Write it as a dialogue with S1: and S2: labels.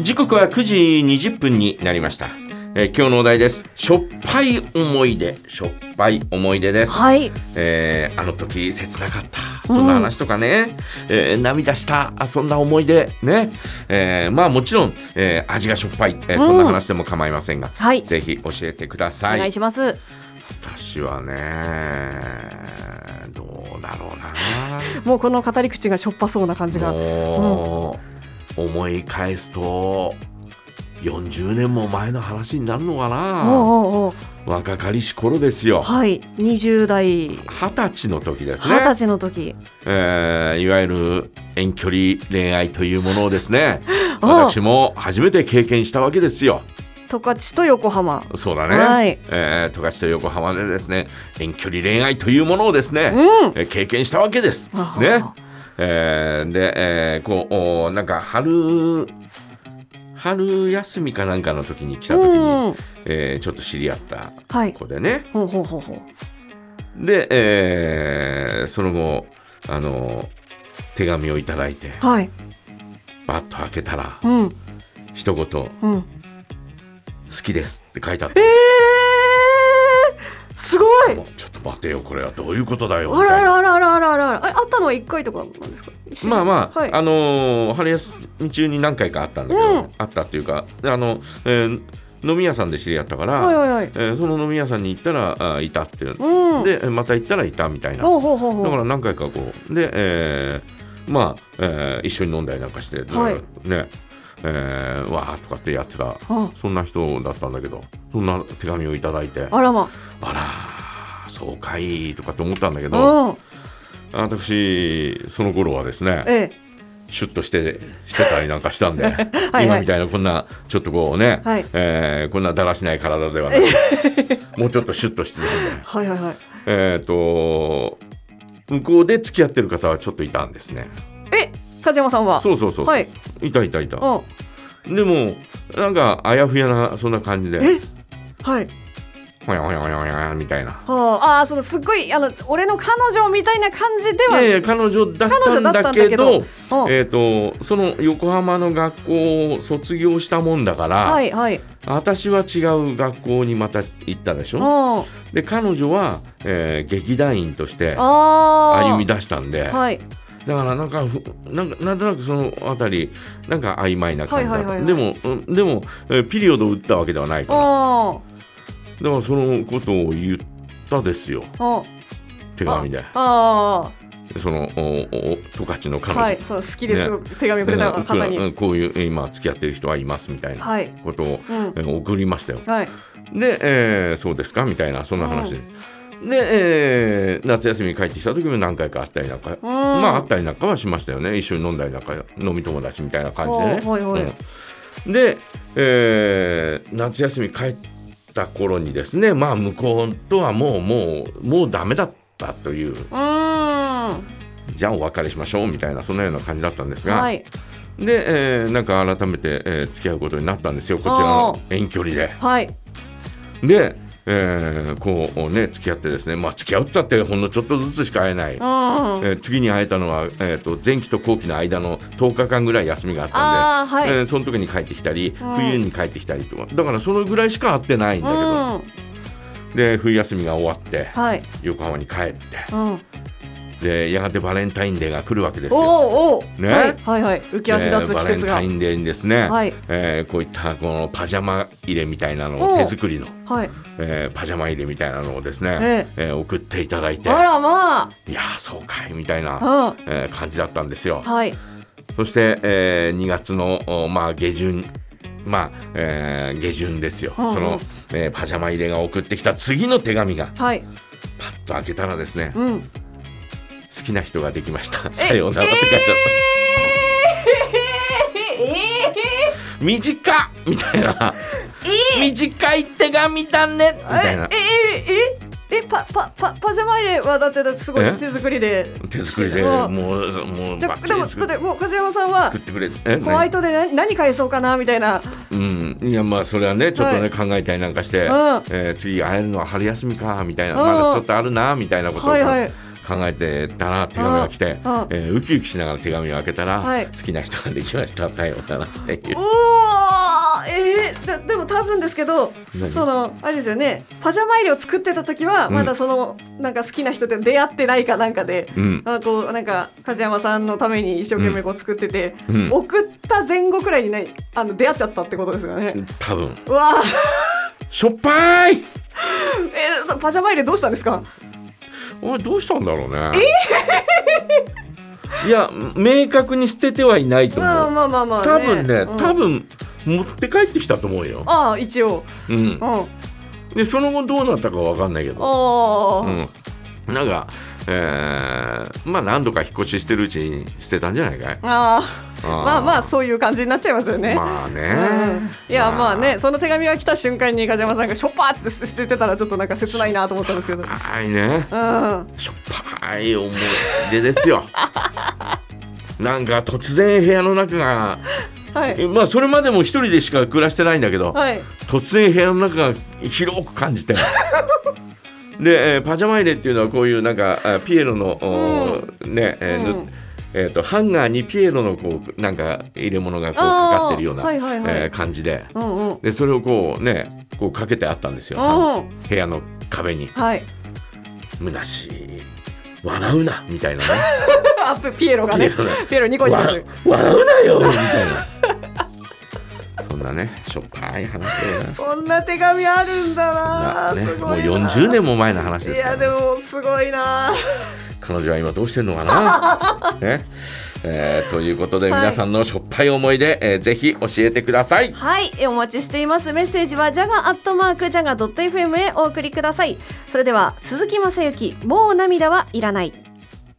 S1: 時刻は9時20分になりました、えー今日のお題ですしょっぱい思い出しょっぱい思い出です、
S2: はい。
S1: えーあの時切なかったそんな話とかね、えー涙したあそんな思い出ね、えーまあもちろん、えー味がしょっぱい、えーそんな話でも構いませんが、
S2: はい
S1: ぜひ教えてくださ
S2: お願
S1: い
S2: いします。
S1: 私はねどうだろうな
S2: もうこの語り口がしょっぱそうな感じが。
S1: もう、思い返すと40年も前の話になるのか
S2: おう
S1: な
S2: おうおう
S1: 若かりし頃ですよ
S2: はい。二十代。
S1: 二十歳の時です
S2: 二十
S1: ね、
S2: 歳の時。
S1: えーいわゆる遠距離恋愛というものをですね
S2: お
S1: 私も初めて経験したわけですよ
S2: 十勝と横浜。
S1: そうだね、
S2: はい
S1: えー十勝と横浜でですね遠距離恋愛というものをですね、
S2: うん。
S1: えー経験したわけです
S2: あ。は
S1: ね
S2: は。
S1: えーで、えーこうおーなんか春春休みかなんかの時に来た時
S2: う
S1: に、
S2: ん。
S1: えーちょっと知り合った
S2: はい。
S1: 子でね
S2: ほうほうほうほう。
S1: で、えーその後あの手紙をいただいて
S2: はい。
S1: バッと開けたら
S2: うん。
S1: 一言「好
S2: うん。
S1: きです」って書いてあっ
S2: え
S1: て
S2: ー。すごい。
S1: もうちょっと待てよこれはどういうことだよ」
S2: あ
S1: みたいな
S2: らあらあらあらあらあら。えあったのは一回とかなんですか。
S1: まあまあ、
S2: はい。
S1: あのー春休み中に何回かあったんだけど、
S2: うん
S1: あったっていうかあの、えー飲み屋さんで知り合ったから、
S2: はいはいはい。
S1: えーその飲み屋さんに行ったらあいたっていう、
S2: うん。
S1: でまた行ったらいたみたいなだ
S2: ほうほうほうほう。
S1: から何回かこうで、えーまあ、えー一緒に飲んだりなんかしてずっと
S2: はい
S1: ね、えーわーとかってやってた
S2: あ
S1: そんな人だったんだけどそんな手紙をいただいてあ
S2: あらま。
S1: らーそうかいとかって思ったんだけど
S2: うん。
S1: 私その頃はですね
S2: え
S1: シュッとしてしてたりなんか したんで
S2: い
S1: 今みたいなこんなちょっとこうね、
S2: はい
S1: えーこんなだらしない体では なくもうちょっとシュッとしてたんで
S2: え。はいはいはい。
S1: えっ、と向こうで付き合ってる方はちょっといたんですね
S2: え、梶山さんは。
S1: そうそうそうそう、
S2: はいい、
S1: たいたいた
S2: うん。
S1: でもなんかあやふやなそんな感じで
S2: えはい。
S1: ほやほやほやほやみたいな
S2: はあ、あーそのすっごいあの俺の彼女みたいな感じで
S1: い
S2: は。
S1: やいや彼女だっ
S2: 彼
S1: た
S2: 女
S1: ん
S2: だった
S1: だ
S2: んだ
S1: け
S2: け
S1: ど
S2: どうん
S1: えっ、とその横浜の学校を卒業したもんだから、
S2: はいはい。
S1: 私は違う学校にまた行ったでし
S2: う
S1: ょ
S2: ん。あ
S1: で彼女は、えー劇団員として
S2: あー。
S1: 歩み出したんで、
S2: はい。
S1: だからなんかふなんかなんとなくそのあたりなんか曖昧な感じだった、
S2: はいはいはいはい
S1: でもうんでも、えーピリオドを打ったわけではない
S2: うん。
S1: からだからそのことを言ったですよ
S2: うん。
S1: 手紙で
S2: ああ
S1: そのおおお十勝の
S2: ー。
S1: 彼女、
S2: はい。その好きです。
S1: ね
S2: すごく手紙をく
S1: で
S2: れた
S1: うちは
S2: 方
S1: う
S2: に。
S1: んこういう今付き合ってる人はいますみたいな
S2: はい。
S1: ことを、
S2: うん
S1: え。ー送りましたよ
S2: はい。
S1: で、えーそうですかみたいなそんな話で、で、えー夏休みに帰ってきた時も何回か会ったりなんか、
S2: うん
S1: まあ会ったりなんかはしましたよね一緒に飲んだりなんか飲み友達みたいな感じでね。
S2: ほいほいほい
S1: うんで、えー夏休み帰った頃にですねまあ向こうとはもうもうもうダメだったという
S2: うーん。
S1: じゃあお別れしましょうみたいなそんなような感じだったんですが、
S2: はい。
S1: で、えーなんか改めて、えー付き合うことになったんですよこちらの遠距離で。
S2: はい。
S1: で、えーこうね付き合ってですねまあ付き合うって言ったってほんのちょっとずつしか会えない、
S2: うん。あ
S1: えー次に会えたのは、えー、と前期と後期の間の10日間ぐらい休みがあったんで。
S2: あーはい。
S1: えーその時に帰ってきたり、
S2: うん
S1: 冬に帰ってきたりとかだからそのぐらいしか会ってないんだけど、
S2: う
S1: で冬休みが終わって
S2: ん。はい。
S1: 横浜に帰って
S2: うん。
S1: でやがてバレンタインデーが来るわけですよ。
S2: おーおー。
S1: ね
S2: はいはいはい。浮き足立
S1: え
S2: つ
S1: ー
S2: 季
S1: バレン
S2: 節
S1: タ
S2: が
S1: イ。ンデーにですね、
S2: はい
S1: えーこういったこのパジャマ入れみたいなのを手作りの、
S2: はい。
S1: えーパジャマ入れみたいなのをですね、
S2: え
S1: えー送っていただいて
S2: あらま
S1: いやーそうかいみたいな、
S2: あ。うん。
S1: えー感じだったんですよ。
S2: はい。
S1: そして、え2月の、おまあ、下旬まあ、えー下旬ですよ、
S2: うんうん
S1: その、えーパジャマ入れが送ってきた次の手紙が
S2: はい。
S1: パッと開けたらですね、好
S2: うん。
S1: きな人ができましたさようならって書いてあっ
S2: ええ
S1: た、短っみたいな、短い手紙だねみたいな
S2: えええええパパパパジャマ入れはだってだってすご
S1: え
S2: い手作りで
S1: 手作りでもう
S2: うん
S1: もう
S2: じゃ
S1: バッ
S2: で
S1: チ
S2: も
S1: リ
S2: だ
S1: 作
S2: ってもう梶山さんは
S1: 作ってくれえ
S2: ホワイトで何何返そうかなみたいな
S1: うん、いやまあそれはねちょっとね、考えたりなんかして、
S2: ん
S1: えー次会えるのは春休みかみたいな、
S2: うん
S1: まだちょっとあるなみたいなことを
S2: はいはい
S1: 考えてたら手紙が来て、
S2: ああ
S1: えーウキウキしながら手紙を開けたら、
S2: はい
S1: 好きな人ができましたさようならっていう
S2: お。おえー、ででも多分ですけど
S1: 何
S2: そのあれですよねパジャマ入れを作ってた時は
S1: うん
S2: まだその、なんか好きな人と出会ってないかなんかで。
S1: うん
S2: あこうなんか梶山さんのために一生懸命こう作ってて、
S1: うん
S2: 送った前後くらいにないあの出会っちゃったってことですよね。
S1: 多分
S2: うわあ、
S1: しょっぱい
S2: えー、そパジャマ入れどうしたんですか。
S1: おいどうしたんだろうね、いや明確に捨ててはいないと思う、
S2: まあまあまあまあ、
S1: 多分ね、
S2: うん
S1: 多分持って帰ってきたと思うよ、
S2: ああ一応、
S1: うん
S2: う、ん、あ
S1: でその後どうなったかわかんないけど、
S2: あ、
S1: うん、なんか、えーまあ何度か引っ越ししてるうちに捨てたんじゃないかい
S2: ああ
S1: あー
S2: まあまあそういう感じになっちゃいますよね。
S1: まあね、
S2: うんいやまあ
S1: ま
S2: ねその手紙が来た瞬間に梶山さんがしょっぱーっつって捨ててたらちょっとなんか切ないなと思ったんですけど。うん、
S1: あいね
S2: あ
S1: しょっぱい思い出です よなんか突然部屋の中が
S2: はい
S1: えまあそれまでも一人でしか暮らしてないんだけど、
S2: はい
S1: 突然部屋の中が広く感じ てで、えーパジャマ入れっていうのはこういうなんかあピエロの、おーねえー
S2: うん
S1: ぬえーとハンガーにピエロのこうなんか入れ物がこうかかってるような、
S2: あーはいはいはい
S1: えー感じで
S2: うんうん
S1: でそれをこうねこうかけてあったんですよ
S2: う
S1: ハ
S2: ん
S1: ン部屋の壁に
S2: はい。
S1: 虚しい笑うなみたいなね
S2: アップピエロがね
S1: ピエロね
S2: ピエロニコニコす
S1: 笑
S2: る。
S1: う笑うなよみたいな そんなねしょっぱい話でござい ます。
S2: そんな手紙あるんだな。
S1: ね、
S2: す
S1: もう
S2: ごいな。
S1: 40年も前の話で
S2: い
S1: すか
S2: や
S1: ら、
S2: でもすごいな。
S1: 彼女は今どうしてんのかな、 ねえーということで
S2: はい
S1: 皆さんのしょっぱい思い出、えーぜひ教えてください
S2: はい、えお待ちしています。メッセージはジャガアットマークジャガドット FM へお送りください。それでは鈴木雅之、もう涙はいらない。